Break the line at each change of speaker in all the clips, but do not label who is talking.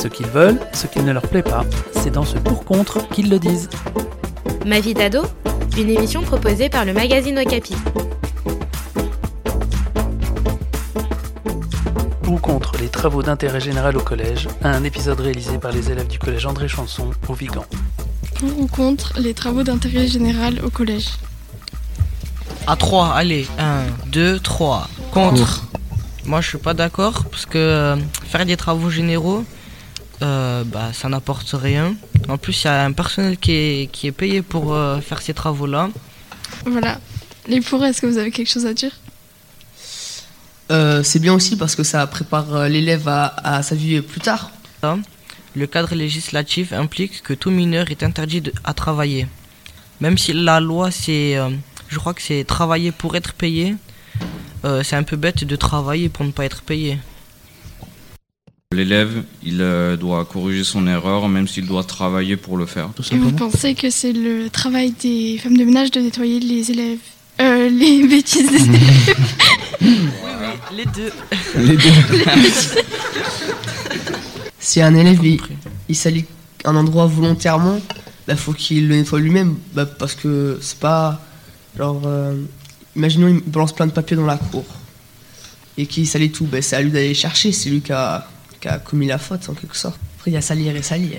Ce qu'ils veulent, ce qui ne leur plaît pas, c'est dans ce pour-contre qu'ils le disent.
Ma vie d'ado, une émission proposée par le magazine Okapi.
Pour ou contre les travaux d'intérêt général au collège, un épisode réalisé par les élèves du collège André Chanson au Vigan.
Pour ou contre les travaux d'intérêt général au collège
À 3, allez, 1, 2, 3. Contre. Moi, je suis pas d'accord parce que euh, faire des travaux généraux, euh, bah, ça n'apporte rien. En plus, il y a un personnel qui est, qui est payé pour euh, faire ces travaux-là.
Voilà. Les pour, est-ce que vous avez quelque chose à dire
Euh, c'est bien aussi parce que ça prépare euh, l'élève à, à sa vie plus tard.
Le cadre législatif implique que tout mineur est interdit de- à travailler. Même si la loi, c'est, euh, je crois que c'est travailler pour être payé, euh, c'est un peu bête de travailler pour ne pas être payé.
L'élève, il euh, doit corriger son erreur, même s'il doit travailler pour le faire.
Et vous pensez que c'est le travail des femmes de ménage de nettoyer les élèves euh, les bêtises des élèves
Les deux.
Les deux.
Si un élève il, il salit un endroit volontairement, bah faut qu'il le nettoie lui-même, bah, parce que c'est pas genre euh, imaginons il balance plein de papier dans la cour et qu'il salit tout, bah, c'est à lui d'aller chercher, c'est lui qui a, qui a commis la faute en quelque sorte. Après il y a salir et salir.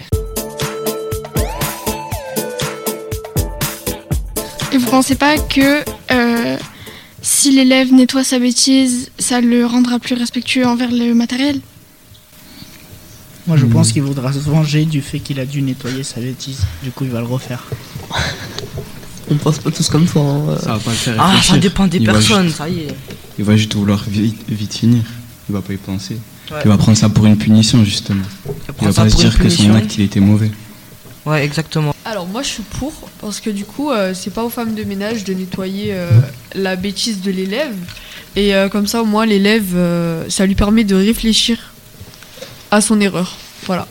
Et vous pensez pas que euh, si l'élève nettoie sa bêtise, ça le rendra plus respectueux envers le matériel
Moi, je pense qu'il voudra se venger du fait qu'il a dû nettoyer sa bêtise. Du coup, il va le refaire.
On pense pas tous comme toi. hein, euh.
Ça va pas le faire
Ah, ça dépend des
Il va
personnes,
juste-
ça y est.
Il va juste vouloir vite, vite finir. Il va pas y penser.
Ouais.
Il va prendre ça pour une punition, justement. Il va
prendre ça
pas se
pour une
dire que son
punition.
acte, il était mauvais.
Ouais, exactement.
Alors moi je suis pour parce que du coup euh, c'est pas aux femmes de ménage de nettoyer euh, la bêtise de l'élève et euh, comme ça au moins l'élève euh, ça lui permet de réfléchir à son erreur. Voilà.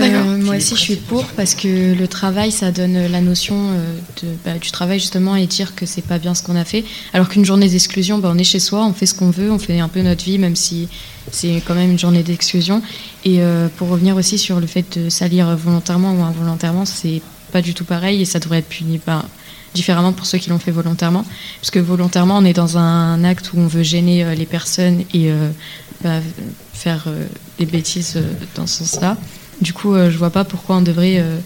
Euh, moi aussi, je suis pour parce que le travail, ça donne la notion euh, de, bah, du travail justement et dire que c'est pas bien ce qu'on a fait. Alors qu'une journée d'exclusion, bah, on est chez soi, on fait ce qu'on veut, on fait un peu notre vie, même si c'est quand même une journée d'exclusion. Et euh, pour revenir aussi sur le fait de salir volontairement ou involontairement, c'est pas du tout pareil et ça devrait être puni par différemment pour ceux qui l'ont fait volontairement. Parce que volontairement, on est dans un acte où on veut gêner euh, les personnes et euh, bah, faire euh, des bêtises euh, dans ce sens-là. Du coup, euh, je vois pas pourquoi on devrait euh,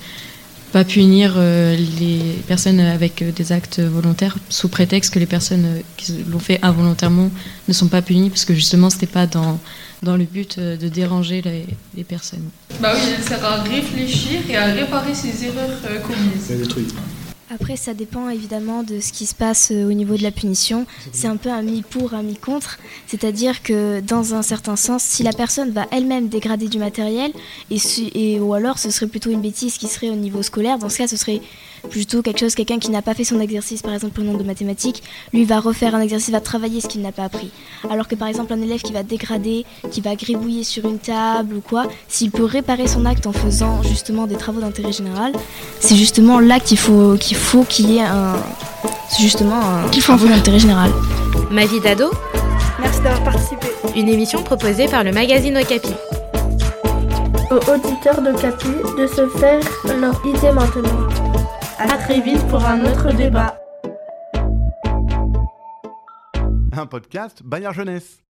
pas punir euh, les personnes avec euh, des actes volontaires sous prétexte que les personnes euh, qui l'ont fait involontairement ne sont pas punies, parce que justement, c'était pas dans, dans le but euh, de déranger les, les personnes.
Bah oui, elle sert à réfléchir et à réparer ses erreurs euh, commises.
Après, ça dépend évidemment de ce qui se passe euh, au niveau de la punition. C'est un peu un mi-pour, un mi-contre. C'est-à-dire que dans un certain sens, si la personne va elle-même dégrader du matériel, et, si- et- ou alors ce serait plutôt une bêtise qui serait au niveau scolaire, dans ce cas, ce serait plutôt quelque chose, quelqu'un qui n'a pas fait son exercice, par exemple au nom de mathématiques, lui va refaire un exercice, va travailler ce qu'il n'a pas appris. Alors que par exemple un élève qui va dégrader, qui va gribouiller sur une table ou quoi, s'il peut réparer son acte en faisant justement des travaux d'intérêt général, c'est justement là qu'il faut qu'il faut qu'il y ait un c'est justement un
Qu'il faut
un peu d'intérêt général.
Ma vie d'ado,
Merci d'avoir participé.
une émission proposée par le magazine Okapi.
aux auditeurs de Capi de se faire leur idée maintenant.
À très vite pour un autre débat.
Un podcast Bayard Jeunesse.